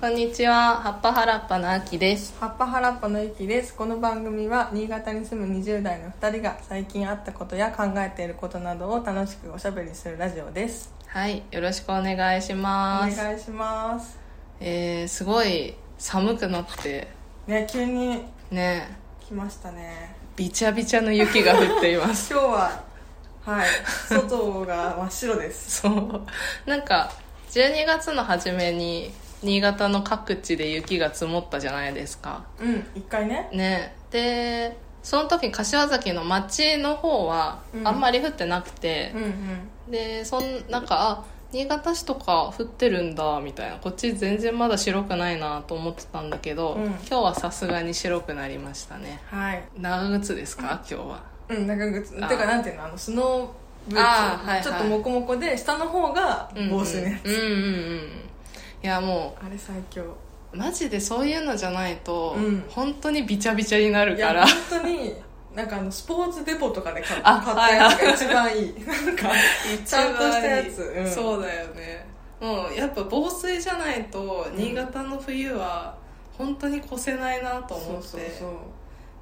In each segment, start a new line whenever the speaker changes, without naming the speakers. こんにちは、葉っぱ原っぱのあきです。
葉っぱ原っぱのゆきですこの番組は新潟に住む20代の2人が最近あったことや考えていることなどを楽しくおしゃべりするラジオです
はい、よろしくお願いし
お
ます。
願いします
えー、すごい寒くなって、
ね急に
ね、
来ましたね
びちゃびちゃの雪が降っています。
今日ははい外が真っ白です
そう。なんか、12月の初めに、新潟の各地で雪が積もったじゃないですか。
うん一回ね
ね、で、その時柏崎の町の方は
うん
あんまり降ってなくて
うん、うん
でそんなんかあ新潟市とか降ってるんだみたいなこっち全然まだ白くないなと思ってたんだけど、
うん
今日はさすがに白くなりましたね
はい
長靴ですか今日は
うんなんか靴て
あー
かなんていうのあのスノーブーツ
あーはいはい
ちょっとモコモコで下の方が防水のやつ、
うんうんうんうんいやも
あれ最強
うマジでそういうのじゃないと、
うん
本当にびちゃびちゃになる
い
か
や
ら
本当になんかあのスポーツデポとかで買
あ
買ったやつが一番いいな んかちゃんとしたやつ、うん
そうだよねもうやっぱ防水じゃないと新潟の冬は本当に越せないなと
そう
思って、
そうそ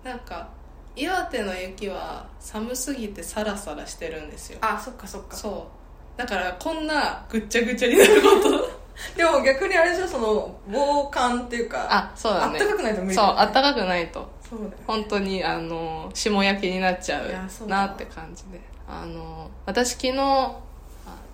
う
なんか岩手の雪は寒すぎてサラサラしてるんですよ
あそっかそっか
そうだからこんなぐっちゃぐちゃになること
でも逆にあれでしょその防寒っていうか
あそうだね
あったかくないと無理
そう
だよね
あったかくないと
そうだよ
本当にあの霜焼けになっちゃ
いやそううだ
な
わ
って感じであの私昨日あ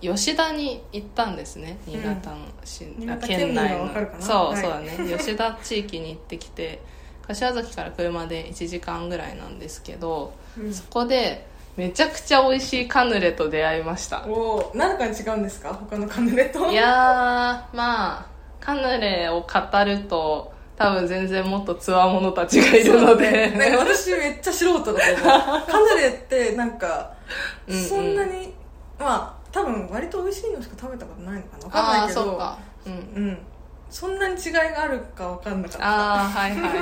吉田に行ったんですね新潟のし、
新潟
県内
県民は
の
わかるかな
そう、
はい
そうだね吉田地域に行ってきて柏崎から車で1時間ぐらいなんですけど
うん
そこでめちゃくちゃ美味しいカヌレと出会いました
おー何かに違うんですか他のカヌレと
いやーまあカヌレを語ると多分全然もっとつわものたちがいるので、
ねね私めっちゃ素人だと思うカヌレってなんか
うんうん
そんなにまあ多分割と美味しいのしか食べたことないのかなわかん
あ
な
あ
いけど
そうかうん
うんそんなに違いがあるかわかんなかった
ああはいはいはい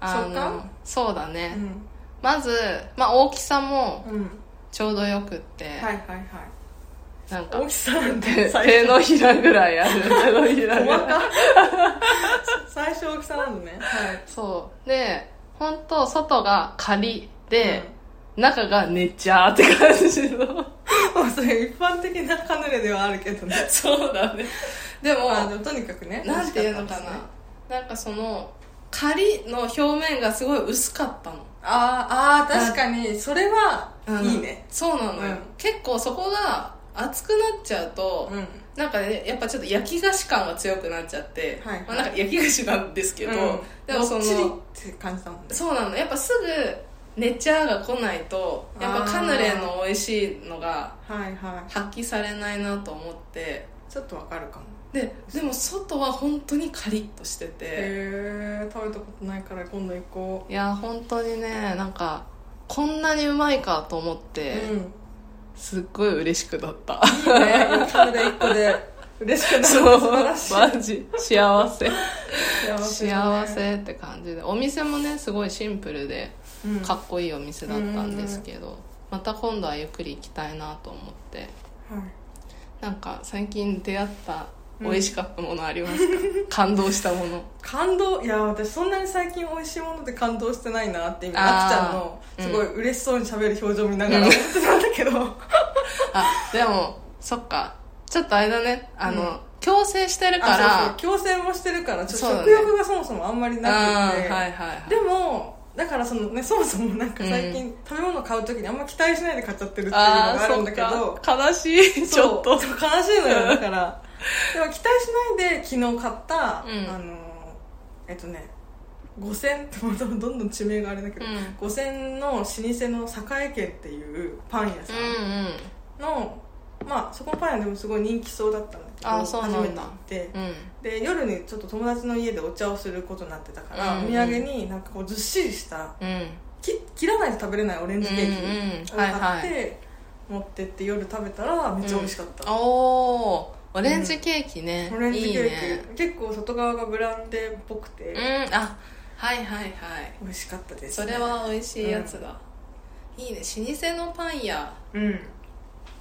あの
食感
そうだね、
うん
まず、まあ、大きさも
うん
ちょうどよくって、
はいはいはい
なんか
大きさなん
手
て最
手のひらぐらいある手のひら
初
ぐらい
細か 最初大きさなのねはい
そうで本当外が仮で、中がねっちゃーって感じの
うん、 それ一般的なカヌレではあるけどね
そうだねでも、
まあでもとにかくね
なんていうのかな、なんかその仮の表面がすごい薄かったの
あーあー確かにそれは
うん
いいね
そうなのよ、
うん
結構そこが熱くなっちゃうと、
うん
なんかねやっぱちょっと焼き菓子感が強くなっちゃって、
はい
まあ、なんか焼き菓子なんですけど、
うん
でもそ
もっちり
の
って感じだもんね
そうなのやっぱすぐネチャーが来ないとやっぱカヌレの美味しいのが
はいはい
発揮されないなと思って
ちょっとわかるかも
ででも外は本当にカリッとしてて
へえ食べたことないから今度行こ
いや本当にねなんかこんなにうまいかと思っ
う、
て、
うん
すっごい嬉しくなった
いいね、カヌレ1個で嬉しくな る
そう
素晴らしい
マジ幸せ
幸せだ
幸
ね
せって感じでお店もねすごいシンプルで
うん
かっこいいお店だったんですけど、また今度はゆっくり行きたいなと思って
はい
なんか最近出会った美味しかったものあり ますか、感動したもの
感動いや私そんなに最近美味しいもので感動してないなって今
あー
あきちゃんのすごい嬉しそうに喋る表情見なが
うん
ら思ってたんだ けど、
あでもそっかちょっとあれだねあの、
うん
強制してるか
あ
ら
そうそう強制もしてるからちょっ
そう
と
だね
食欲がそもそもあんまりな
あ
く
ー
て、
はいはいはい
でもだからそのねそもそもなんか最近食べ物買う時にあんま期待しないで買っちゃってるっていうの
あ
があ
ー
る
そ
ん
っ
だけど
か悲しいちょっと
そう悲しいのよだからでも期待しないで昨日買った、
うん
あのえっとね5000ってま たどんどん地名があれだけど、
うん
五千の老舗の栄家っていうパン屋さんの、まあそこのパン屋でもすごい人気そうだったんだけど
あそうなんだ
初めて行って
うんうん
で夜にちょっと友達の家でお茶をすることになってたから、
うんうん
お土産になんかこうずっしりした
うん
き切らないと食べれないオレンジケーキ
う
を
んうんはい
買
は
っ
い
て、持ってって夜食べたらめっちゃ美味しかった、
おおオレンジケーキね、
オレンジケーキ
いいね
結構外側がブランデーっぽくて、
うんあはいはいはい
美味しかったです、
それは美味しいやつだ、いいね老舗のパン屋
うん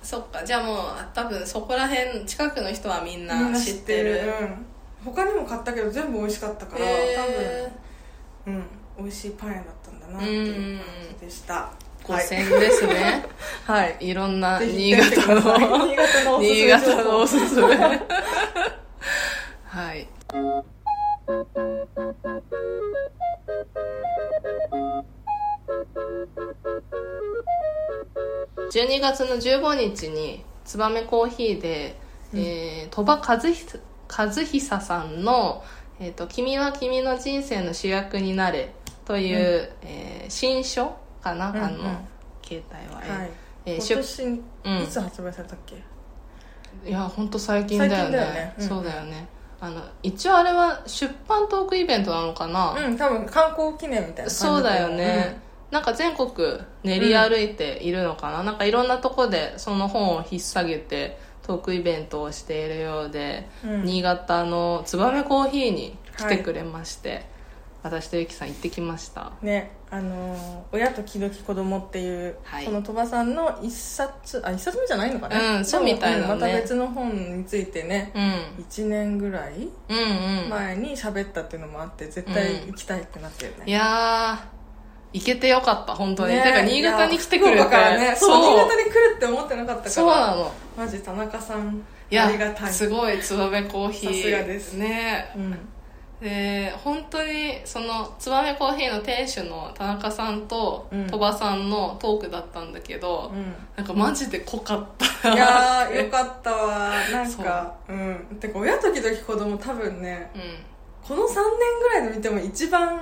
そっかじゃあもう多分そこら辺近くの人はみんな知ってる
みんな知ってるうん他にも買ったけど全部美味しかったから、
え
多分、うん、美味しいパン屋だったんだなっていう感じでした
ー、
は
5
い
戦ですね、
はい
い、ろんな
ぜひ
新潟
行ってみてくださ
の
い新潟のおすす
新
め情
潟のお
報
すすめはい12月の15日につばめコーヒーで、
うん
えー鳥羽和久和久さんの、えーと「君は君の人生の主役になれ」という、
うん
えー新書かな、
うんうん
あの携帯は、
はい
えー
今
出
年、
うん
いつ発売されたっけ
いや本当最近だよね
最近だよねうん
そうだよねあの一応あれは出版トークイベントなのかな、
うん多分観光記念みたいな感じ
そうだよね、なんか全国練り歩いているのかな、なんかいろんなとこでその本を引っ提げてトークイベントをしているようで、
うん
新潟のつばめコーヒーに来てくれまして、私とゆきさん行ってきました
ねあのー親と気どき子供っていう、
はい
その鳥羽さんの一冊あ一冊目じゃないのか
う
ね
んそうみたいなね
でもまた別の本についてね
うん
1年ぐらい
うんうん、
前に喋ったっていうのもあって絶対行きたいってなってるね、
いやー行けてよかった本当に、
ね
だから新潟に来てくれて
いや福岡からねそう
そう
新潟に来るって思ってなかったから
そうなの
マジ田中さん
いや
ありがたい
すごいつばめコーヒー
さすがです
ね
うん
で本当にそのつばめコーヒーの店主の田中さんと
うん
鳥羽さんのトークだったんだけど、なんかマジで濃かった
いや
って
ーよかったわなんかうんてか親時々子供多分ねこの3年ぐらいで見ても一番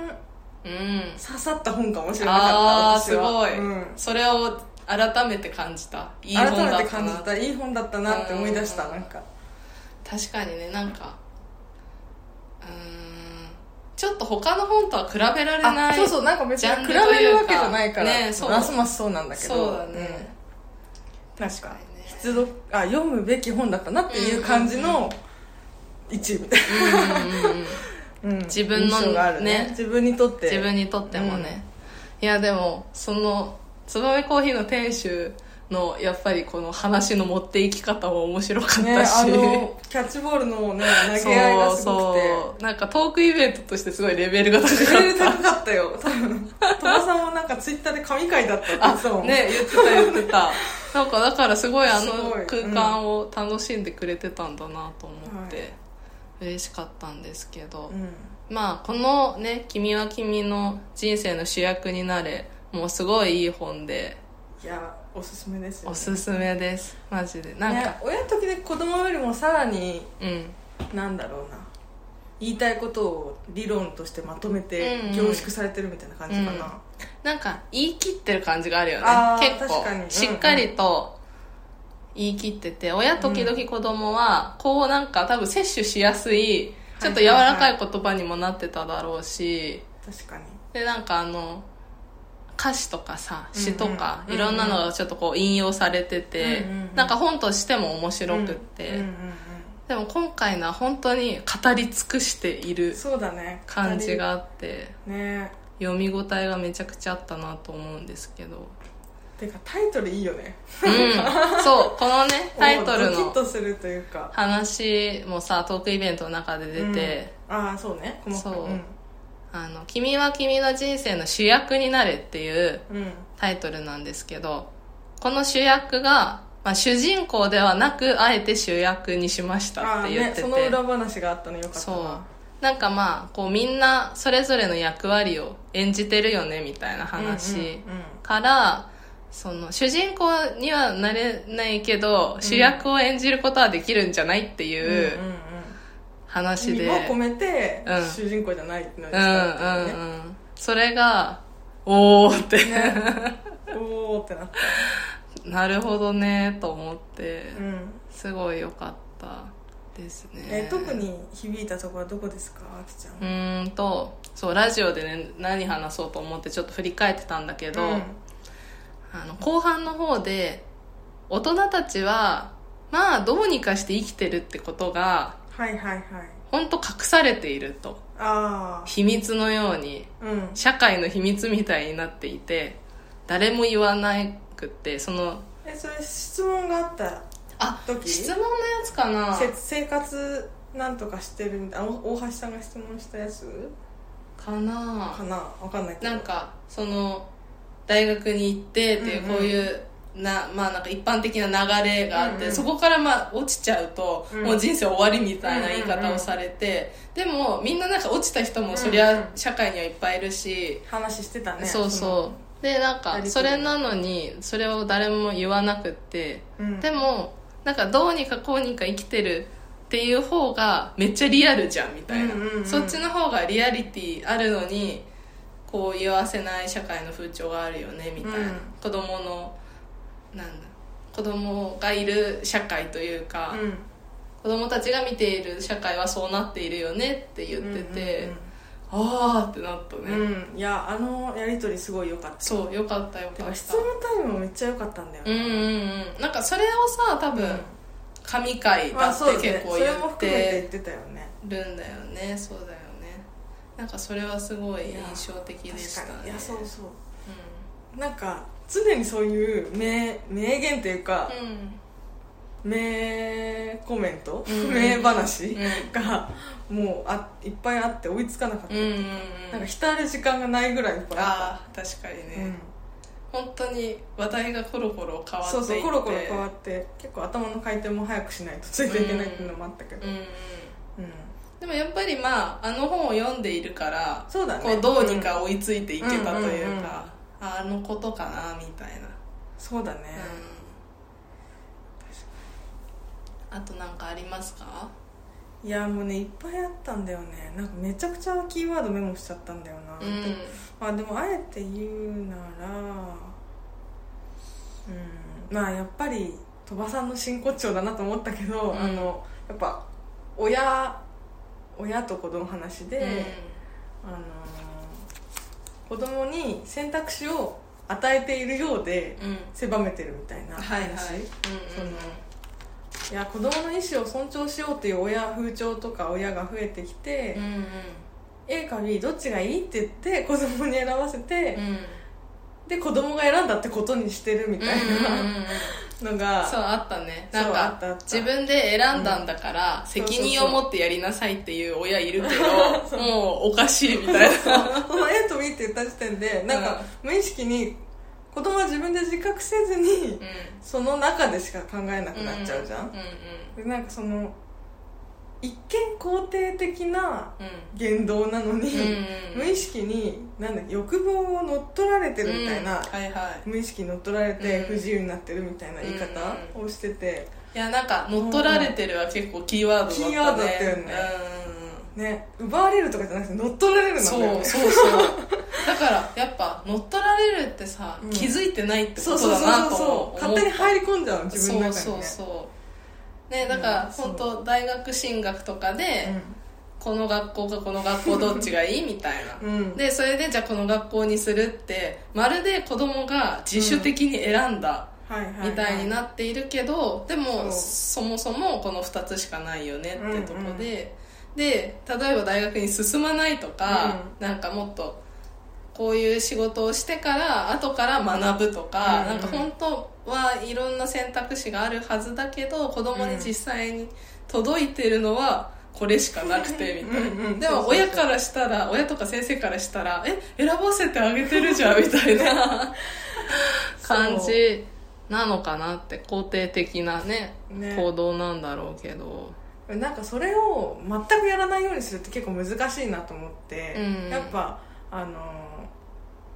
うんうん
刺さった本かもしれなかった
ああ
私
す
は
ごい、
うん、
それを改めて感じたいい本
改
だ
め
ってた
感じ
な
たいい本だったなって思い出した
うん
なんか
確かにねなんかうーんちょっと他の本とは比べられな
あ
い
そうそうなんか別
ジャン
に
ル
比
と
べ
いうか
るわけじゃないから、
ねそう
ますますそうなんだけど
そうだね、
うんなん
か
か
にね
必読あ読むべき本だったなっていう感じの一部、
うんうんうん
うん、
自分の
印象があるね
ね
自分にとって
自分にとってもね、いやでもそのつばめコーヒーの店主のやっぱりこの話の持っていき方も面白かっ
ね
た
あ
し、
のキャッチボールのね投
そ
げ合いが
う
すごくて
そうなんかトークイベントとしてすごいレベルが高か
レベル
っ
高かったよ 多分鳥羽さんもなんかツイッターで神回だったって言ってた
た
も ん
ね言ってた言ってた なんかだからすごいあ
す
の
ごい
空間を楽しんでくれてたんだなと思っ
は
て嬉しかったんですけど、
うん
まあこのね「君は君の人生の主役になれ」もうすごいいい本で
いやおすすめですよ、ね、
おすすめですマジでなんか、
ね、親時々子供よりもさらに
うん
なんだろうな言いたいことを理論としてまとめて
うんうん
凝縮されてるみたいな感じかな、
なんか言い切ってる感じがあるよね
あー
結構
確かにうんうん
しっかりと言い切ってて親時々子供はこうなんか多分摂取しやすいちょっと柔らかい言葉にもなってただろうし
確かに
でなんかあの歌詞とかさ詩とか
うんう
い
ん
ろんなのがちょっとこう引用されてて
うんうんうん
なんか本としても面白くって、
うんうんうん
でも今回のは本当に語り尽くしてい
うん
る
そうだね
感じがあって
ね
読み応えがめちゃくちゃあったなと思うんですけど、
てかタイトルいいよね
うん、そうこの ねタイトル
ドキッ
の
とするというか
話もさトークイベントの中で出て
うんああそうね細かい
そう
うん
「あの君は君の人生の主役になれ」っていう
うん
タイトルなんですけどこの主役が、まあ、主人公ではなくあえて主役にしました
あ
っ
あ
て言
ね
ってて、
その裏話があったのよかったな
そうなんかまあこうみんなそれぞれの役割を演じてるよねみたいな話、
うんうんうん
からその主人公にはなれないけど主役を演じることはできるんじゃないっていう
うんうんうん
話
意
で、
味
う
を
ん、
込めて、
うん
主人公じゃないのにし
うん
たって
う
いうね、
んうんそれがおおって
おーってなった、
なるほどねと思って
うん
すごい良かったですね、
えー特に響いたところはどこですかあきちゃん
うーんとそうラジオでね何話そうと思ってちょっと振り返ってたんだけど、
うん
あの後半の方で大人たちはまあどうにかして生きてるってことが
はいはいはい
本当隠されていると
あ
秘密のように
あうん
社会の秘密みたいになっていて誰も言わなくってその
えそれ質問があった
あ
時
質問のやつかな
せ生活なんとかしてるみたいなお大橋さんが質問したやつ
かな
かなわかんないけど
なんかその大学に行ってっていう
うんうん
こういう、なまあ、なんか一般的な流れがあって、
うんうん
そこからまあ落ちちゃうと、
うん
もう人生終わりみたいな言い
うんうん
方
うん
をされて、でもみんななんか落ちた人もそり
うんうん
ゃ社会にはいっぱいいるし、
話してたね
そうそうでなん
やり
か
とり
それなのにそれを誰も言わなくって、
う、うん、
でもなんかどうにかこうにか生きてるっていう方がめっちゃリアルじゃんみたいな、
うんうんうん
そっちの方がリアリティあるのにこう言わせない社会の風潮があるよねみたいな、
うん
子供のなんだ子供がいる社会というか、
うん
子供たちが見ている社会はそうなっているよねって言ってて、ああってなったね、
うんうんうん、うんいやあのやり取りすごい良かった
そうよかったよか
て
っ
か
た
質問タイムもめっちゃ良かったんだよ
うんうんうんなんかそれをさ多分、
うん
神回
ま
だ
あ
って
そう
結
ね
構
そ
言
れも
っ
含めて
て
言ってたよね
るんだよねそうだよねなんかそれはすごい印象的でしたね
確かにいやそうそう
う
なんか常にそういう名名言というか、
ん、うん
名コメント、
うん
名話
う
がもうあいっぱいあって追いつかなかった、
んうん
なんか浸る時間がないぐらいいっぱいあっ
ああ確かに
た、
ね、本当に話題がコロコロ変
うん
わって
そ
いって
うそうコロコロ変わって結構頭の回転も早くしないとついていけないっていうのもあったけど、
う
うん
んうんでもやっぱりまああの本を読んでいるから
そうだね
こうどうにか追いついていけたというか、
うんうんうんうん
ああのことかなみたいな
そうだね、
あとなんかありますか
いやもうねいっぱいあったんだよねなんかめちゃくちゃキーワードメモしちゃったんだよな、
うん
まあでもあえて言うならうんまあやっぱり鳥羽さんの真骨頂だなと思ったけど、
うん
あのやっぱ親親と子供の話で、あの子供に選択肢を与えているようで
うんうん
狭めてるみたいな話、
はいはい
そ
うん
の
うん
いや子供の意思を尊重しようっていう親風潮とか親が増えてきて、
うんうん
A か B どっちがいいって言って子供に選ばせて、
うん
で子供が選んだってことにしてるみたい
うん うんうん
なのが、
そうあったね
そう
なん
あった
か
あった
自分で選んだんだから責任を持ってやりなさいっていう親いるけど もうおかしいみたいな
その A と B って言った時点でなんか無意識に子供は自分で自覚せずにその中でしか考えなくなっちゃうじゃん、
うんうん
でなんかその一見肯定的な
うん
言動なのに、
うん
無意識になんだ欲望を乗っ取られてるみたいな、
うんはいはい
無意識に乗っ取られて
うん
不自由になってるみたいな言い方をしてて、
いやなんか乗っ取られてるは結構キーワードだったね
キーワードだったよねね奪われるとかじゃなくて乗っ取られ
うん
るの
そうそうそうだからやっぱ乗っ取られるってさ、
うん
気づいてないって
そ
こ
うそ
と
うそう
だなと
そ
も
うそう
思
勝手に入り込んじゃう自分の中にね
そうそうそうねだから、
うんそう
本当大学進学とかで、
う
この学校かこの学校どっちがいいみたいな、
んうん
でそれでじゃあこの学校にするってまるで子供が自主的に選んだ
はいはいはい
みたいになっているけど、でもそもそもこの2つしかないよねってとこ
うんうん
で、で例えば大学に進まないとか、なんかもっとこういう仕事をしてから後から学ぶとか、
うんうん
なんか本当はいろんな選択肢があるはずだけど子供に実際に届いてるのはこれしかなくてみたいな。
うんうん
で
そうそう
も
そう
親からしたら親とか先生からしたらえ選ばせてあげてるじゃんみたいな感じなのかなって肯定的なね
ね
行動なんだろうけど
なんかそれを全くやらないようにするって結構難しいなと思って、
うん
やっぱあの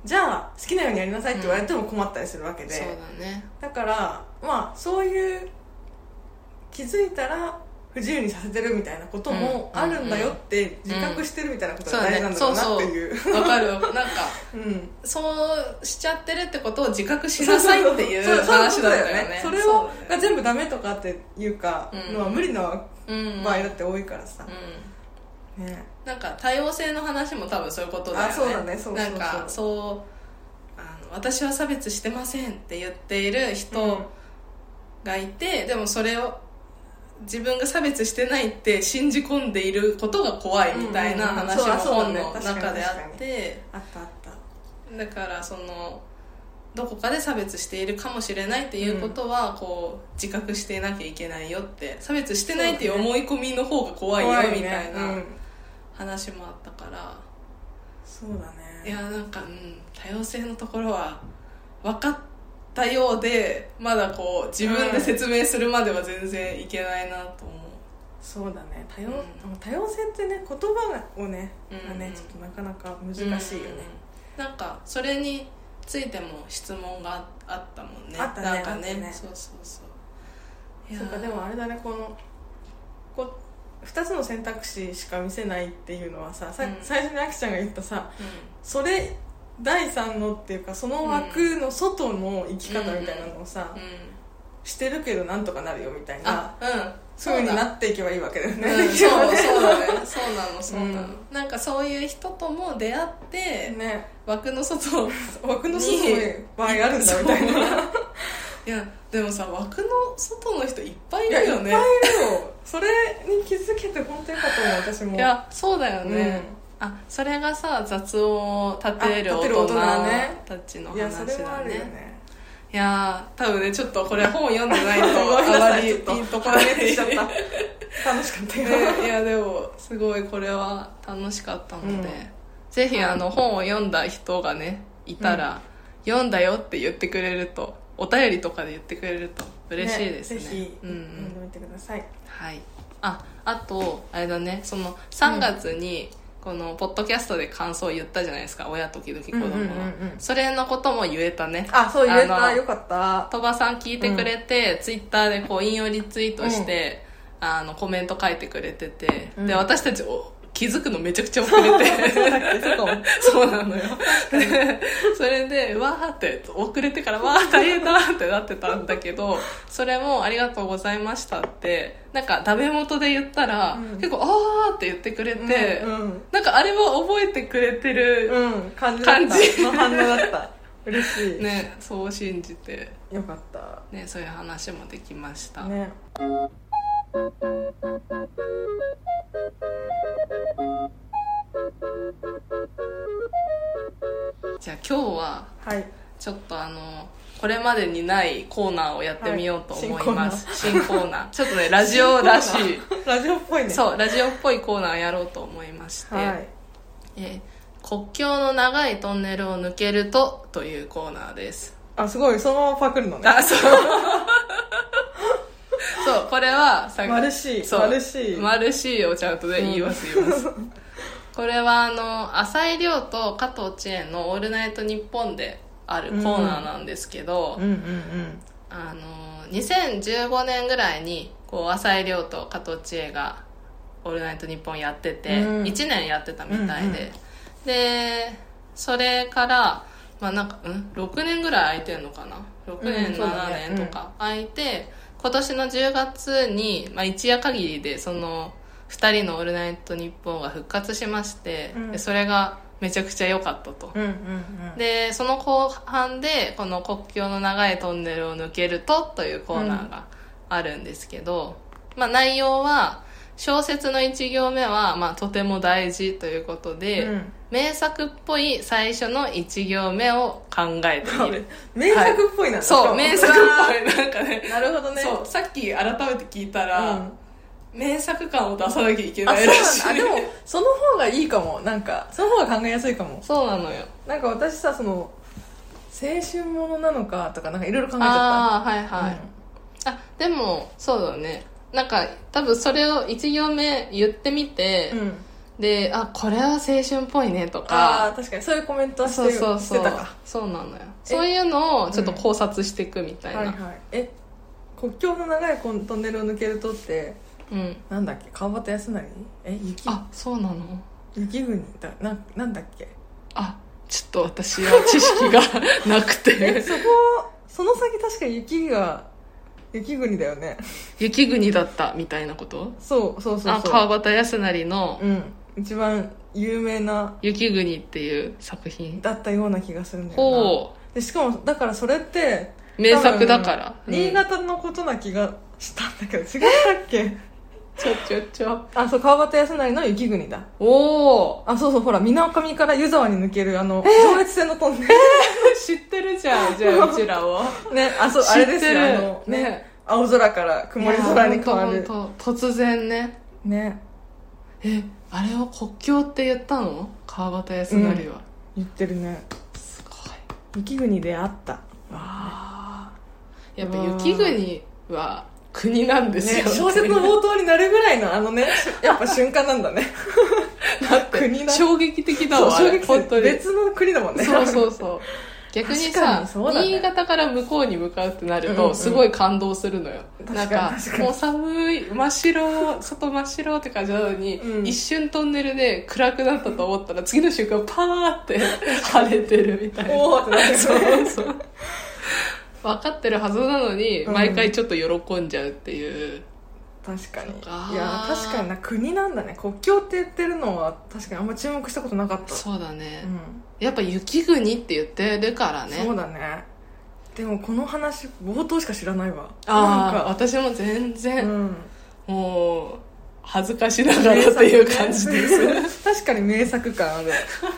じゃあ好きなようにやりなさいって言われても困ったりするわけで、
そうだね
だからまあそういう気づいたら不自由にさせてるみたいなことも
うん
あるんだよって自覚してるみたいなこと
そ
が
うだ
大事なん
ね
だろ
そうう
な
そ
っ
う
ていう
わかるよなんか
うん
そうしちゃってるってことを自覚しなさいって いう話だったよね
そうそういうことだよねそれをが全部ダメとかっていうか
うん
のは無理な場
部うん、
合
うん
だって多いからさ、ね
なんか多様性の話も多分そういうことだよね
あそうだねそうそうそう
なんかそうあの私は差別してませんって言っている人、がいてでもそれを自分が差別してないって信じ込んでいることが怖いみたいな
うんうんうん
話
そう
も
あそうだ
本
ね
の中であって
あったあった
だからそのどこかで差別しているかもしれないっていうことは、こう自覚していなきゃいけないよって差別してないっていう思い込みの方が怖いよみたい
怖
な
ね
話もあったから、
そうだね
いやなんか、うん、多様性のところは分かったようでまだこう自分で説明するまでは全然いけないなと思う、
そうだね多様,、
う
多様性ってね言葉をね,、
うん
がねちょっとなかなか難しいよね、
うん、なんかそれについても質問がああったもんね
あったね
なんか
あ
ね
ったね
そうそうそう
そうかでもあれだねこのこ2つの選択肢しか見せないっていうのはささ、
うん
最初にあきちゃんが言ったさ
う
それ第3のっていうかその枠の外の生き方みたいなのをさ、
ん、うん
してるけどなんとかなるよみたいな
あうん
そういう風にな
っ
っていけばいいわけだよ
う
ね、
ん、そうそう
ね
だねそうなのそうなの、
うん
なんかそういう人とも出会って、
ね
枠の外を
枠の外に場合あるんだみたいない
やでもさ枠の外の人いっぱいい
いや
る
いっ
よ
ぱいい
ね
るよそれに気づけて本当によかったもん私も
いやそうだよね、あそれがさ雑音を立てる
あ
大
立てる大
人
人ね
たちの
いやそ
話
れもあ
だ
るよ
ね
ね
いやー多分ねちょっとこれ本読んでないと
ごめんな
あま
さ
り
い
いい
ちょっ
と
と
こ
こ
ろ
ろ
に
でしちゃった楽しかったよ、
ね、いやでもすごいこれは楽しかったので、
うん
ぜひあの本を読んだ人がねいたら、読んだよって言ってくれるとお便りとかで言ってくれると嬉しいですね
ぜひ
うん、う
読ん
ん
でみてください
はいああとあれだねその3月にこのポッドキャストで感想を言ったじゃないですか親時々子供の、
うんうんうんうん
それのことも言えたね
あそう言え
あ
た
の
よかった
鳥羽さん聞いてくれて、ツイッターでこう引用リツイートして、あのコメント書いてくれてて、
うん
で私たちお気づくのめちゃくちゃ遅れて
そうだっけそうかも
そうなのよでそれでわーって遅れてからわー大変だってなってたんだけどそれも「ありがとうございました」ってなんかダメ元で言ったら、
うん
結構「あー」って言ってくれて、
うん
なんかあれは覚えてくれてる、
うん、うん、感じだった
感じ
の反応だ った嬉しい、
ねそう信じて、
よかった
ね、そういう話もできました、
ね
じゃあ今日は
はい
ちょっとあのこれまでにないコーナーをやってみようと思います、新コーナ ーちょっとねラジオらしい
ラジオっぽいね
そうラジオっぽいコーナーやろうと思いまして、
はい
えー国境の長いトンネルを抜けると」というコーナーです
あすごいそのままパクるのね
あそう そうこれはさ
マルシー
そう
マルシー
マルシーをちゃんとね、
うん
言います言います これはあの浅井亮と加藤千恵の「オールナイトニッポン」であるコーナーなんですけど、
うんうんうん
あの2015年ぐらいにこう浅井亮と加藤千恵が「オールナイトニッポン」やってて、
うん
1年やってたみたいで、
うんうん
でそれから、まあなんかうん、6年ぐらい空いてんのかな6年、
うんそうだね
7年とか空いて、今年の10月に、まあ、一夜限りでその2人の「オールナイトニッポン」が復活しまして、
うん
でそれがめちゃくちゃ良かったと。
うんうんうん
でその後半でこの国境の長いトンネルを抜けるとというコーナーがあるんですけど、まあ内容は小説の1行目は、まあ、とても大事ということで、
うん
名作っぽい最初の1行目を考えてみる
名作っぽいな、
そう名作っ
っ
ぽいなんかね
なるほどね
そうさっき改めて聞いた
うん
ら、名作感を出さなきゃいけ
あ
ないらしい
そうなんだあでもその方がいいかもなんかその方が考えやすいかも
そうなのよ
なんか私さその青春ものなのかとかなんかいろいろ考えちゃっ
ああーはい
た
はい、あでもそうだねなんか多分それを1行目言ってみて、
うん、うん
であこれは青春っぽいねと
あ
か
あ確かにそういうコメントはして
そう
る
そう
し
そ
て
う
たか
そうなのよそういうのをちょっと
うん
考察していくみたいな、
はいはいえ国境の長いコントンネルを抜けるとって
うん
なんだっけ川端康成え雪
あそうなの
雪国だななんだっ け
あちょっと私は知識 がなく
え
て
そこその先確か雪が雪国だよね
雪国だったみたいなこと
そうそうそう
あ
そう
川端康成の
うん一番有名な
「雪国」っていう作品
だったような気がするんだよ
ほ
なでしかもだからそれって
う名作だから
多分新
うん
潟のことな気がしたんだけど違ったっけ
ちょちょちょ
あそう川端康成の雪国だ
おお
あそうそうほら水上から湯沢に抜けるあの、上越線のトンネル
知ってるじ ゃんじゃあうちらを
ねあそうあれですよ
知ってる
あの
ね
ね青空から曇り空に変わ
いや
る
ほんとほんと突然ね
ね
えあれを国境って言ったの川端康成は、
言ってるね
すごい
雪国であった
わあやっぱ雪国は国なんですよ、
ね小説の冒頭になるぐらいのあ のねやっぱ瞬間なんだね
だって
国だ
衝撃的だ
そう
わあ
衝
れ
撃
本当に
別の国だもんね
そうそうそう逆に
確か
さ
にそうだね
新潟から向こうに向かうってなる
うんうんう
と
ん
すごい感動するのよ、
確か
なん
に
か
確かに
もう寒い真っ白外真っ白って感じなのに、
うん
一瞬トンネルで暗くなったと思ったら次の瞬間パー って晴れてるみたいな
おおってなるよね
そうそう分かってるはずなのに
うん
毎回ちょっと喜んじゃうっていう、
確か
そうか
にいや確かにな国なんだね国境って言ってるのは確かにあんま注目したことなかった
そうだね、
うん
やっぱ雪国って言ってるからね
そうだねでもこの話冒頭しか知らないわ
ああ
あ
私も全
う
然、
ん
もう恥ずかしながらっていう感じです
確かに名作 感 あるへ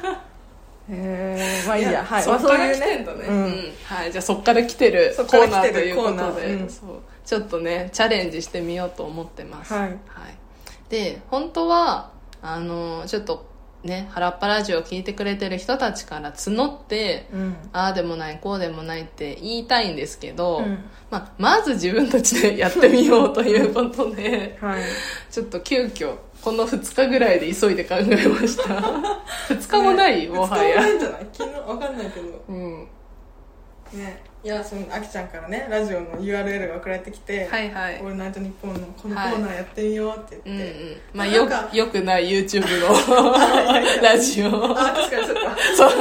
えまあいいやはい
そっ
ま
か
あ
ら
そういう
来てんだね、
うん
うんはい、じゃあそっから来てるコ
そっから
ーナ
来
ー
て
とい
る
う
コ
こ
ーナー
とで、
うん
そうちょっとねチャレンジしてみようと思ってます、
はい
で本当はあのちょっとね「原っぱラジオ」を聞いてくれてる人たちから募って
うん
ああでもないこうでもないって言いたいんですけど、
うん
まあ、まず自分たちでやってみようということで
はい
ちょっと急遽この2日ぐらいで急いで考えました 2日もない、もは
使わ
や
ないんじゃない昨日わかんないけど
うん
ねいやそのあきちゃんからねラジオの URL が送られてきて「
はいはい
オールナイトニッポン」のこのコーナーやってみようって
う
言
んう
って、
んまあ
な
よ
んか
よくない YouTube のラジオ
あ確かにそうか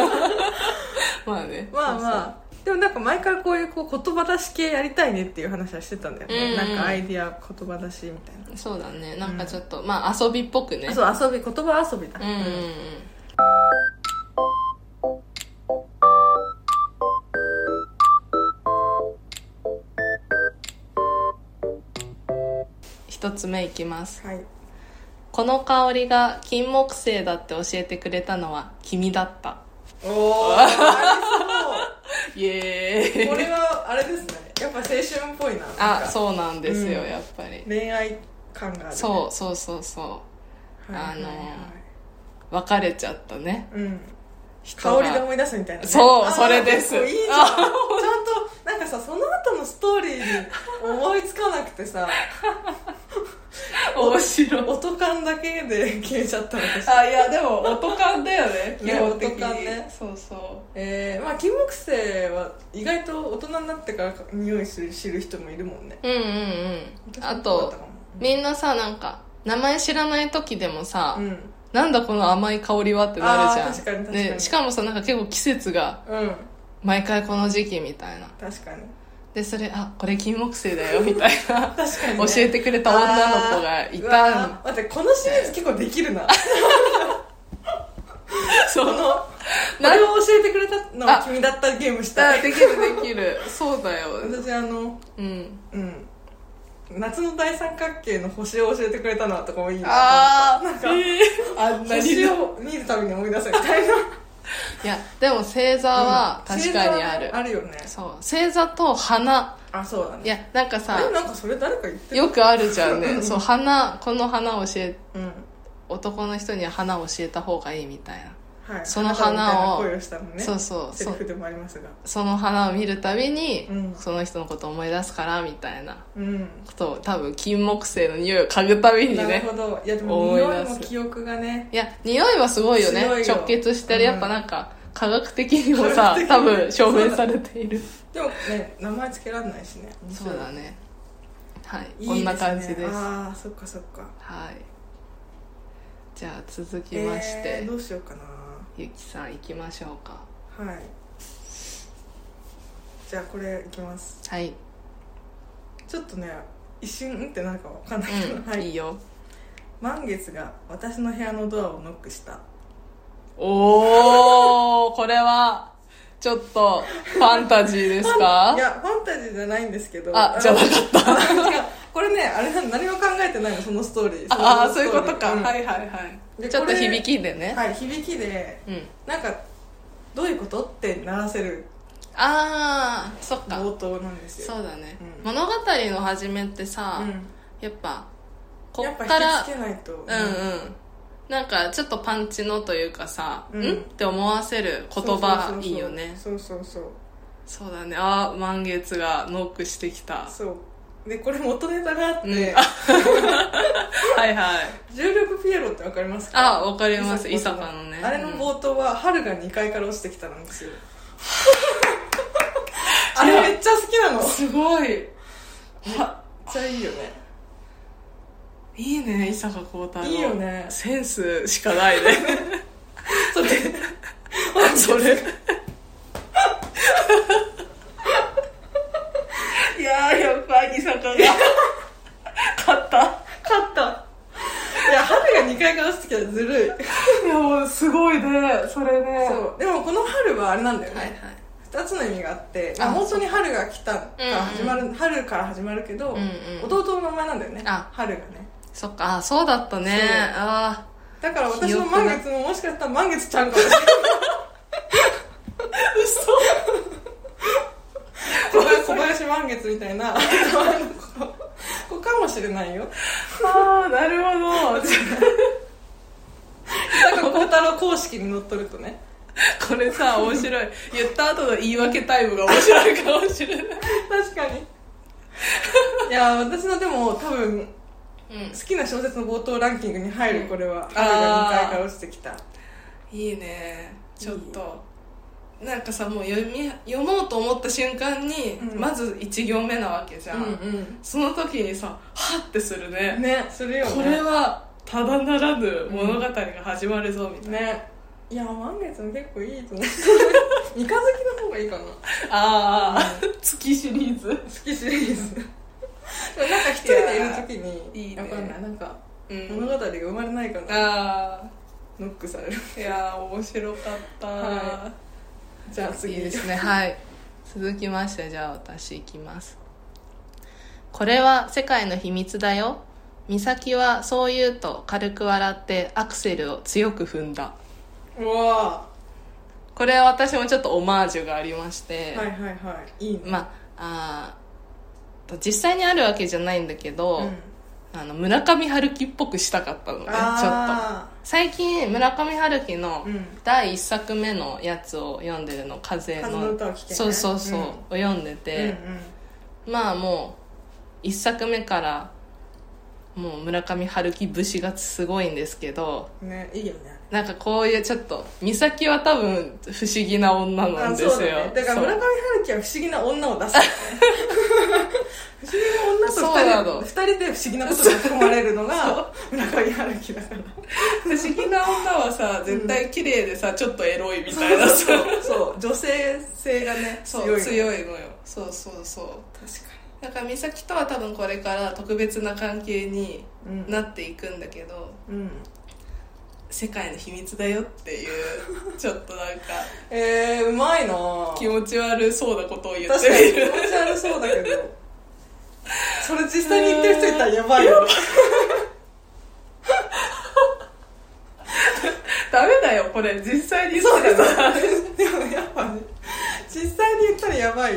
まあね
まあま
あ
あでもなんか毎回こういうこう言葉出し系やりたいねっていう話はしてたんだよね、
うん
なんかアイディア言葉出しみたいな
そうだねなんかちょっと、まあ遊びっぽくね
あそう遊び言葉遊びだ
うんうんうん一つ目いきます
はい
この香りが金木犀だって教えてくれたのは君だった
おおあ
イエ
りそ
ー
うこ
イ
れはあれですねやっぱ青春っぽいななん
あ
か
そうなんですよ、
うん
やっぱり
恋愛感がある、ね、
そうそうそうそう
うはいはいはい
あ別れちゃったね
うん
人
香
が
りで思い出すみたいな、ね、
そう
あー
それです
結構いいじゃんちゃんとなんかさその後のストーリーに思いつかなく てさ
面白い
音感だけで消えちゃった私
あいやでも音感だよね基
ね
本的に
音感ね
そうそ
えー、まあ金木犀は意外と大人になってから匂いする知る人もいるもんね
ううんうんうんあとみんなさなんか名前知らない時でもさ、
うん
なんだこの甘い香りはってなるじゃん
あー確かに確かに
でしかもさなんか結構季節が
うん
毎回この時期みたいな
確かに
でそれあこれ金木犀だよみたいな
確かに、
教えてくれた女の子がい
あーう
たん
わー待ってこのシリーズ結構できる なこ
そ
の
の
これを教えてくれたのは
あ
君だったゲームした
あ
い
できるできるそうだよ
私あの
うん
うん夏の大三角形の星を教えてくれたのはとかもいいな
あ
なん
ーえ
か
ーあんなに
星を見るたびに思い出せみた いな
いやでも星座は確かにある、
あるよね
そう星座と花
あそうだね
いやなんか
あ
さ
れなんかそれ誰か言ってる
よくあるじゃん
う
ね
ん
そう花この花を教え
うん
男の人には花を教えた方がいいみたいな、
はい、
その花を
みたいな恋をしたのね
そうそう
セ
そ
リフ
う
でもありますが
その花を見るたびに、
うん
その人のことを思い出すからみたいな
うん
ことを多分金木犀の匂いを嗅ぐたびに
なる
ね
ほどいやでも
思い出
匂
す
いも記憶がね
いや匂いはすごいよね
強いよ
直結してるやっぱなんか、科学的にも
科
さ
学的に
多分証明されている
でもね名前つけられないしね
そうだねはい
いい
こんな感じです
ね、ああそっかそっか
はいじゃあ続きまして、
えーどうしようか
ゆきさん行きましょうか
なはいじゃあこれいきます
はい、
ちょっとね一瞬うんってなんかわかんないけど、
うん、
はい
い
い
よ
満月が私の部屋のドアをノックした
おおこれはちょっとファンタジーですか
いやファンタジーじゃないんですけど
あじゃなかっ
違うこれねあれな何も考えてないのそのストーリー、
たああーそういうことか、はいいはいはい
で
ちょっと
これ
響きでね、
はい、響きで
うん
なんかどういうことって鳴らせる
ああそっか
冒頭なんですよ
そうだね、
うん
物語の始めってさ、
うん
やっぱこ
やっ
っ
ぱ
か
引
ら
きつけないと、
うんうんなんかちょっとパンチのというかさ、
うん
んって思わせる言葉いいよね
そうそうそう
そうだねああ満月がノックしてきた
そうそうでこれ元ネタがあって、
うんあはいはい
重力ピエロってわかりますか
あわかります伊
伊坂
坂のね
あれの冒頭は春が2階から落ちてきたなんです よあれめっちゃ好きなの
うんすごい
はめっちゃいいよね
いいね伊坂幸太郎
いいよね
センスしかないね
それ
それ
いやーやっぱ伊坂が勝った勝ったいや春が2階から落ちてきたらずるい
いやもうすごいねそれね
そうでもこの春はあれなんだよ
はいはい
ね、二2つの意味があって
あ
あ本当に春が来たから始まる、
う
春から始まるけど、
うんうん
弟の名前なんだよね
あ
春がね
そっかあそうだったね
そう
あ
だから私
ひ
も
よくない
満月ももしかしたら満月ちゃん かもしれない嘘小林満月みたいな 子かもしれないよ
ーあーなるほど
なんか孝太郎公式に乗っとるとね
これさ面白い言った後の言い訳タイムが面白いかもしれない
確かにいや私のでも多分好きな小説の冒頭ランキングに入るこれは
ん
「春が2回から落ちてきた」
いいねちょっとなんかさもう読み読もうと思った瞬間に、
うん
まず1行目なわけじゃん、その時にさハッてするね
ねするよね
これはただならぬ物語が始まるぞみたいな、
ねいや満月も結構いい と思う三日月の方がいいかな好
ああ、月シリーズ
きシリーズでもなんか一人でいる時に
いやいいね
わかんないなんか
う
物語が生まれないかな、
あ
ノックされる
あいやー面白かった、
はじゃあ次
いいですね はい続きましてじゃあ私いきますこれは世界の秘密だよ美咲はそう言うと軽く笑ってアクセルを強く踏んだ
うわ
これは私もちょっとオマージュがありまして、
ーはいはいはいいいね
まああー実際にあるわけじゃないんだけど、
うん
あの村上春樹っぽくしたかったのねちょっと
あ
最近村上春樹の
うん
第1作目のやつを読んでるの「風
ー
の
風の歌を聴け、ね、
そうそうそう、
ん
を読んでて、まあもう1作目からもう村上春樹節がすごいんですけど
うんうん、ねいいよね
なんかこういうちょっと美咲は多分不思議な女なんですよ
あそうだ,、ね、だから村上
そう
春樹は不思議な女 を出す、ね、
そう
不思議な
な
女と
の
二人で二人で不思議なことに巻き込まれるのが村上春樹だから
不思議な女はさ絶対綺麗でさちょっとエロいみたいな
そ
さ
うそうそう女性性がね
そう
強い
強いのよそうそうそう
確か
だから美咲とは多分これから特別な関係に
にうん
なっていくんだけど
うん
世界の秘密だよっていうちょっとなんか
えー、うまいな
気持ち悪そうなことを言っ
確か
て
に
み
気
る
持ち悪そうだけどそれ実際に言ってる人いたらやばいよね
ダメだよこれ実際にそうだな
でもやっぱね実際に言ったらやばい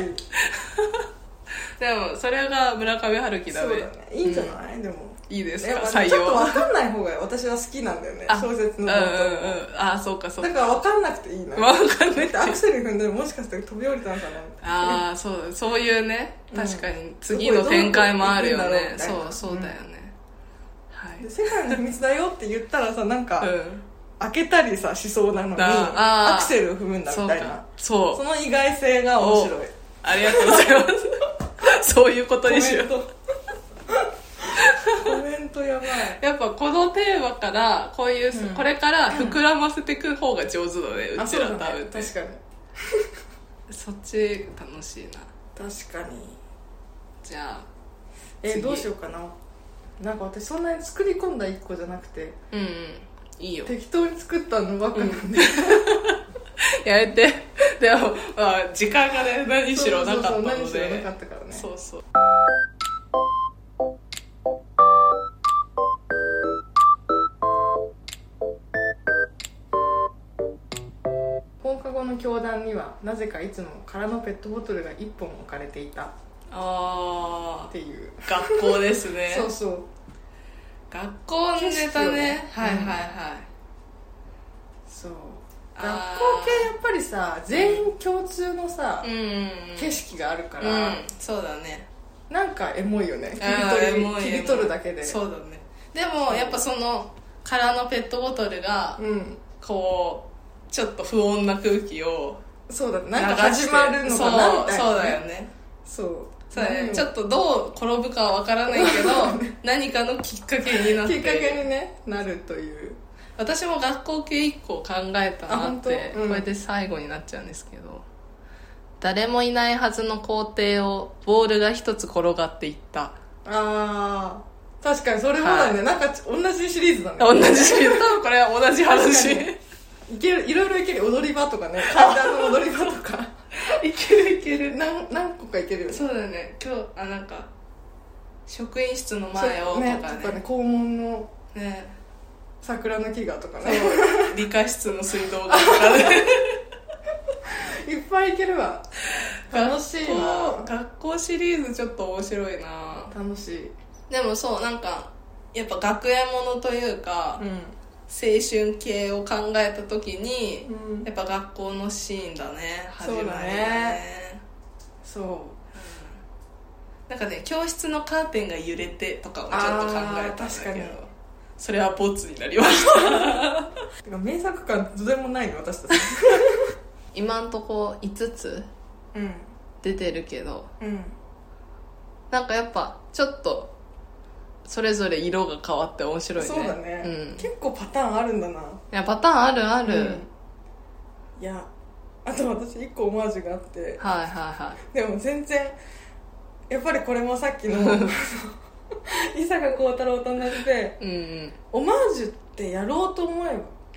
でもそれが村上春樹だ
そう
ね
だねいいんじゃない、でも
いいです
や
か
っぱ
採
ちょっと
用
分かんない方が私は好きなんだよね
あ
小説
うんうんう
の冒
ん
頭
あそうかそう
だ
か
から分かんなくていいな
まあわかんない
だってアクセル踏んだらもしかしたら飛び降りたのかなみたいな
ああそうそういうね確かに次
すご
の
い
展開もあるよ
どうなっていく
ね
んだろうみたい
そうそ
な
うだよねはい
で世界の秘密だよって言ったらさなんか、
うん
開けたりさしそうなのに
あー
アクセルを踏むんだ
そ
み
う
たい
か
なそ
そう
の意外性が面白い
ありがとうございますそういうこと
コメ
にしよ
ン
う
ト コメントやばい
やっぱこのテーマからこういう、
うん
これから膨らませていく方が上手だ ね、う
あ
ち
そう
ら
だ
多分
ね
ね
確かに
そっち楽しいな
確かに
じゃあ
え
次
どうしようかななんか私そんなに作り込んだ一個じゃなくて
うんうんいいよ
適当に作ったのばっかなんで、
やめて でも、まあ、時間がね何しろなかったので
そうそうそう何しろなかったからね
そうそう
今放課後の教壇にはなぜかいつも空のペットボトルが1本置かれていたっ
あ
ていう、
あ学校ですね
そうそう
学校のネタね
景色をね
はいはいはい、
そう
あ
学校
ー
系やっぱりさ全員共通のさ、
うん
景色があるか
う
ら、
ん、そうだね
なんかエモいよね切り
あーエ
取
モ
る
い
切
エモ
り
い
取るだけで
そうだねでもやっぱその空のペットボトルが
うん
こうちょっと不穏な空気を
そうだね
流して
なんか始まるのかなみた
そう
いなね、
そうだよね
そう
そうだね
何を
ちょっとどう転ぶかは分からないけ ど何かのきっかけになって
きっかけにねなるという
私も学校系1個考えたな
あ
っ
本当
て、
うん
これで最後になっちゃうんですけど誰もいないはずの校庭をボールが一つ転がっていった
ああ確かにそれもだね、
は
なんかち同じシリーズだね
同じシリーズ多分これは同じ話
確かいけるいろいろいける踊り場とかね階段の踊り場と か
いけるいける
何何個かいけるよね
そうだよね今日あなんか職員室の前をとかね
ねとかね校門の
ね
桜の木がとか
そ
ね
う理科室の水道がとか ね
いっぱいいけるわ楽しい
学校
な
学校シリーズちょっと面白いな
楽しい
でもそうなんかやっぱ学園ものというか、青春系を考えた時に、
うん
やっぱ学校のシーンだね始ま
そ
り
う
だ
だね
ね
そう
なんかね教室のカーテンが揺れてとかをちょっと考えたんだ
あー確か
け
に
どそれはボツになりました
てか名作感とてもないの私たち
今んとこ5つ
うん
出てるけど
うん
なんかやっぱちょっとそれぞれ色が変わって面白いね
そうだね、
うん、い
結構パターンあるんだな
やパターンあるある、
うんいやあと私一個オマージュがあって
はいはいは
でも全然やっぱりこれもさ っきのあの伊坂幸太郎と同じで
いうん
オマージュってやろうと思え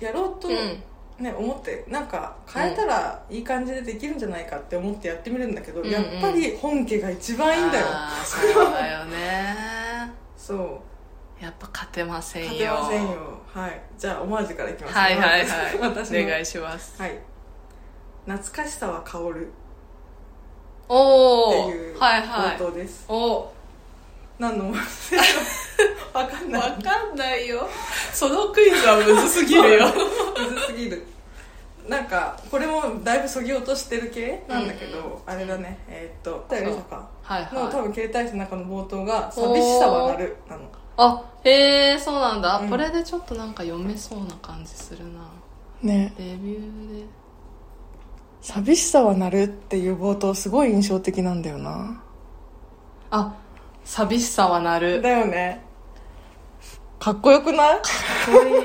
ばやろうと、
うんうん
ね、思ってなんか変えたらいい感じでできるんじゃないかって思ってやってみるんだけど、
うんうん
やっぱり本家が一番いいんだよ
あーそうだよね
そう
やっぱ勝てませんよ
勝てませんよはいじゃあオマージュからいきます
はいはいは
私
い
の
お願いします
はい懐かしさは香るっ
お
て
お
いう
はいはい
冒頭です、
お
何のオマージュかわかんない
わかんないよ そのクイズはむずすぎ るよ
むずすぎるなんかこれもだいぶそぎ落としてる系なんだけど、あれだねえーっと
う
小坂
はい
の多
はい
分携帯室の中の冒頭が「寂しさはなる」なの
あへえそうなんだ、
うん
これでちょっとなんか読めそうな感じするな
ね
レビューで
寂しさはなるっていう冒頭すごい印象的なんだよな
あ寂しさはなる
だよねかっこよくない
すごい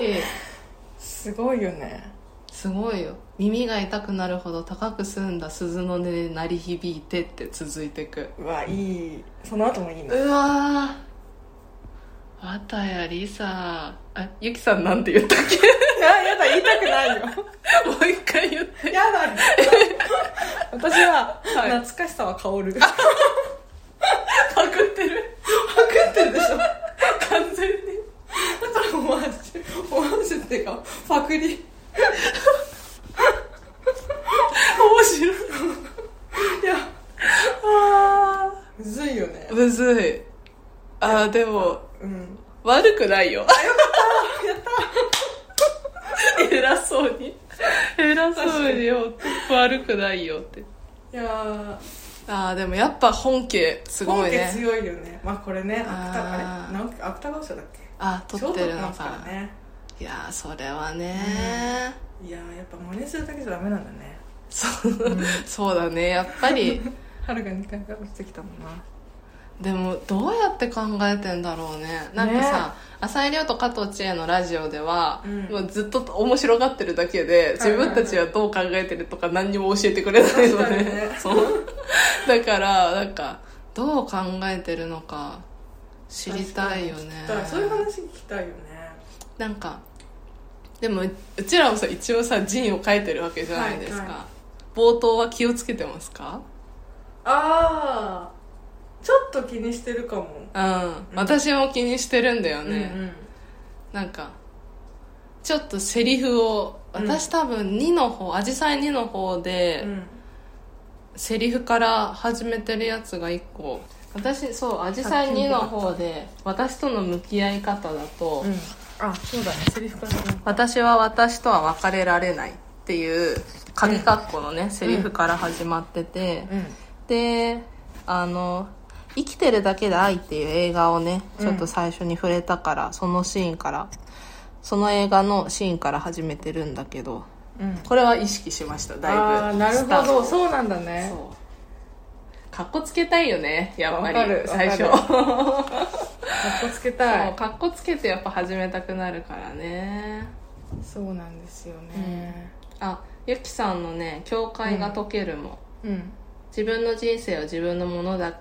すごいよね
すごいよ耳が痛くなるほど高く澄んだ鈴の音で鳴り響いてって続いてく
うわいいその後もい いうな
わーわたやりさあゆきさんなんて言ったっ
ややだ言いたくないよ
け もう一回言って
やだ 私は、
はい
懐かしさは香る
パクってる
パクってるでしょ
完全に
だからオマージュオマージュっていうかパクリ
面白い
いやあむずいよね
むずいあーでも
うん
悪くないよあよかったやった偉そうに偉そうによ悪くないよって
いやー
ああでもやっぱ本家すごい
本家
ね
強いよねまあこれね
あー
芥あれなん芥川賞だっけ
あ撮ってるの
賞取っ
か
てますからね
いやーそれはね
いやーやっぱ真似するだけじゃダメなんだね
そう そうだねやっぱ り
はるが2回から落ちてきたもんな
でもどうやって考えてんだろうねなんかさ、浅井亮と加藤千恵のラジオでは、
うん
もうずっと面白がってるだけで
はい
自分たちはどう考えてるとか何にも教えてくれないの
確か
で、
にね
そうだからなんかどう考えてるのか知りたいよね
確かに聞きたいそういう話聞きたいよね
なんかでもうちらもさ一応さ陣を書いてるわけじゃないですか、
はいは
冒頭は気をつけてますか
ああちょっと気にしてるかも
うん、私も気にしてるんだよね、
うんうん
なんかちょっとセリフを私多分2の方アジサイ2の方で、
うん
セリフから始めてるやつが1個私そうアジサイ2の方で私との向き合い方だと、
うんあそうだねセリフから
私は私とは別れられないっていう鍵括弧のね、セリフから始まってて、
うん
であの「生きてるだけで愛」っていう映画をねちょっと最初に触れたから、そのシーンからその映画のシーンから始めてるんだけど
うん
これは意識しましただいぶ
ああなる
スタ
ほ
ー
ど
ト
そうなんだね
そうかっこつけたいよねやっぱ
わかる
り最初
わかかっこつ けた
そう
い
かっこつけてやっぱ始めたくなるからね
そうなんですよね
あゆきさんのね「境界が解けるも」
うん
自分の人生を自分のものだ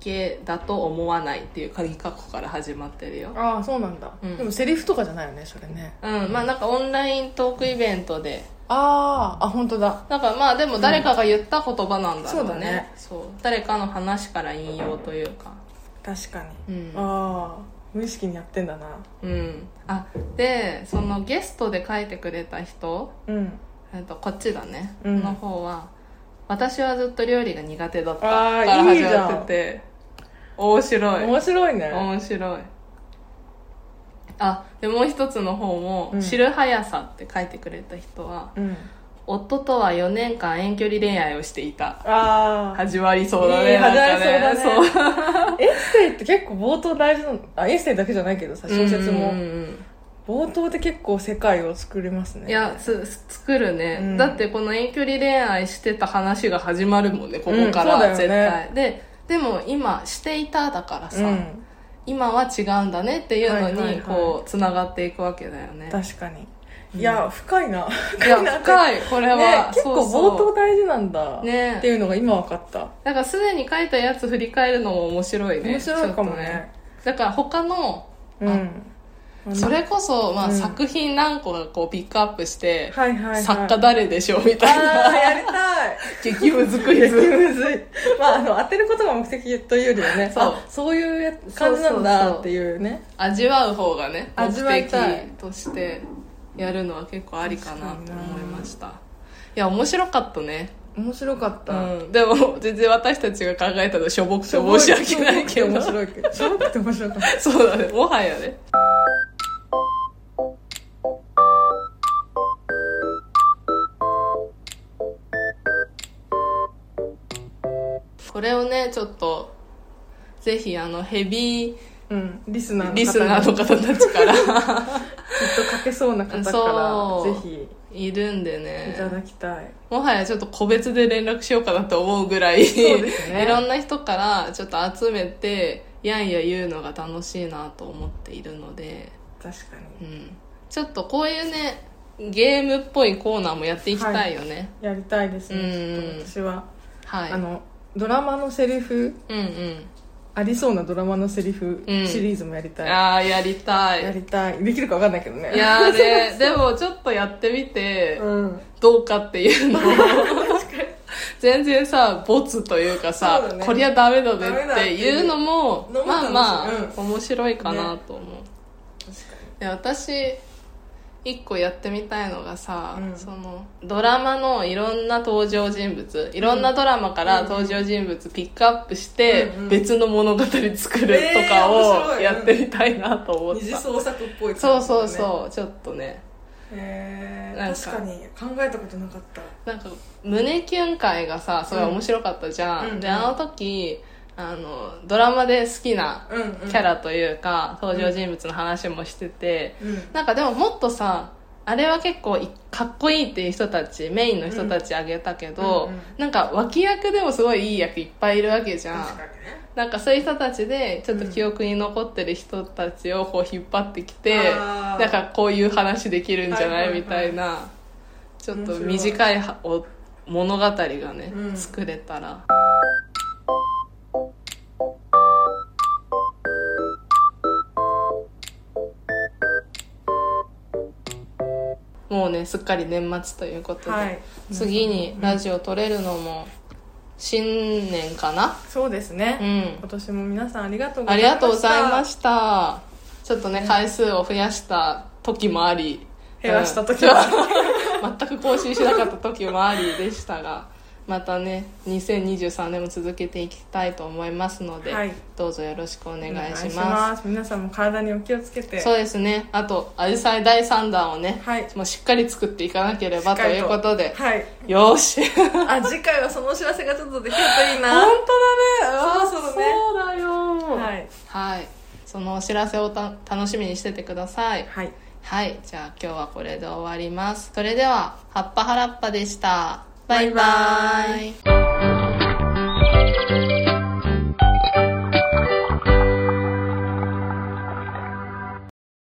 けだと思わないっていう鍵括弧から始まってるよ
ああそうなんだ
うん
でもセリフとかじゃないよねそれね
うんまあなんかオンライントークイベントで
あああ本当だ
なんかまあでも誰かが言った言葉なんだろうね,、
うんそうだね
そう誰かの話から引用というか
確かに
うん
ああ無意識にやってんだな
うんあでそのゲストで書いてくれた人、
うん
えっと、こっちだね、
うん
の方は私はずっと料理が苦手だったか
あー
ら
いい
始
じゃん
まってて面白い
面白いね
面白いあでもう一つの方も「
うん
知る速さ」って書いてくれた人は
うん
「夫とは4年間遠距離恋愛をしていた
あ」あ
始まりそうだね
いい
なんか
始まりそうエッセイって結構冒頭大事なのあエッセイだけじゃないけどさ
そう
小説も
うんうんうん
冒頭で結構世界を作れますね
いやつ作るね、
うん
だってこの遠距離恋愛してた話が始まるもんねここから、
うんそうだよね
絶対ででも今していただからさ、
うん
今は違うんだねっていうの
はいはいは
に
い
こうつながっていくわけだよね、
確かにいや深いな
いや深いこれは、
ね結構
そう
冒
そう
頭大事なんだっ
ね
ていうのが今分かった
だからすでに書いたやつ振り返るのも面白いね
面白いかも
ちょっと
ね
だから他の
うん
それこそ、まあ
うん
作品何個かこうピックアップして、
はいはいはい
作家誰でしょうみたい
ああ
な
やり たい
激ムズクイ
激
ズ
むずいまああの当てることが目的というよりはね
そう
あそういうや感じな
そう
ん
そう
だ
そう
っていうね
味わう方がね目
味わい
的
たい
としてやるのは結構ありかなと思いましたいや面白かったね、
面白かっ
う
た
ん、でも全然私たちが考えたのしょぼくて申し訳ないけど
面白いけどしょぼくて面白かっ
そうだねもはやねこれをねちょっとぜひあのヘビー
たうんリスナーの
リス
方が
ナーの方たちから
きっと書けそうな方か
そう
らぜひ
いるんで
いた
ね
だきたい
もはやちょっと個別で連絡しようかなと思うぐらい、
そうですね
いろんな人からちょっと集めてやんや言うのが楽しいなと思っているので、
確か
う
に
ん、ちょっとこういうねゲームっぽいコーナーもやっていきたいよね、
やりたいですね
うん
ちょっと私は
はい
あのドラマのセリフ
うんうん
ありそうなドラマのセリフ
うん
シリーズもやりたい、
ああやりた
や
い
りたいできるか分かんないけどね
いやー ねでもちょっとやってみて
うん
どうかっていうの を全然さボツというか
そう
さ、
だね
こりゃダメだね
ダメだ
っ
ってて
いうのも
のも
まあまあ、
楽しい
面白いかなと思う、で私一個やってみたいのがさ、
うん
そのドラマのいろんな登場人物いろんなドラマから登場人物ピックアップして、
うんうん
別の物語作るとか
えー面
を
白い
やってみたいなと思っ
二
た、
次創作っぽい感じ
そうそう
う
そうちょっとね
へ
なん
え
か
確かに考えたことなかった
なんか胸キュン会がさすごい面白かったじゃん、
うん
で
うん
あの時あのドラマで好きな
うん、うん、
キャラというか、登場人物の話もしてて、
うん
なんかでももっとさあれは結構いかっこいいっていう人たちメインの人たちあげたけど、
うんうんうん
なんか脇役でもすごいいい役いっぱいいるわけじゃん
確かにね
なんかそういう人たちでちょっと記憶に残ってる人たちをこう引っ張ってきて、
あー
なんかこういう話できるんじゃな
はいはいいはい
みたいなちょっと短いはお物語がね、
うん
作れたらもうねすっかり年末ということで、
はい
次にラジオ撮れるのも新年かな
そうです
う
ね、
ん
今年も皆さんありがとうござ
あ
いま
り
した
がとうございました。ちょっとね、回数を増やした時もあり、
減らした時
うん
は
全く更新しなかった時もありでしたがまたね2023年も続けていきたいと思いますので、
はい
どうぞよろしくお願いします
お願いします皆さんも体にお気をつけて
そうですねあとアジサイ第3弾をね、
はい
もうしっかり作っていかなければ
しっ
と
かり
いう
と
ことで、
はい
よーし本
あ次回はそのお知らせがちょっとできるといいな
だ
そろそろね
そうだよ、
はいい
はい、そのお知らせをた楽しみにしててください
はい
はいじゃあ今日はこれで終わりますそれでは「葉っぱはらっぱ」でしたバイバ
バイバ
イ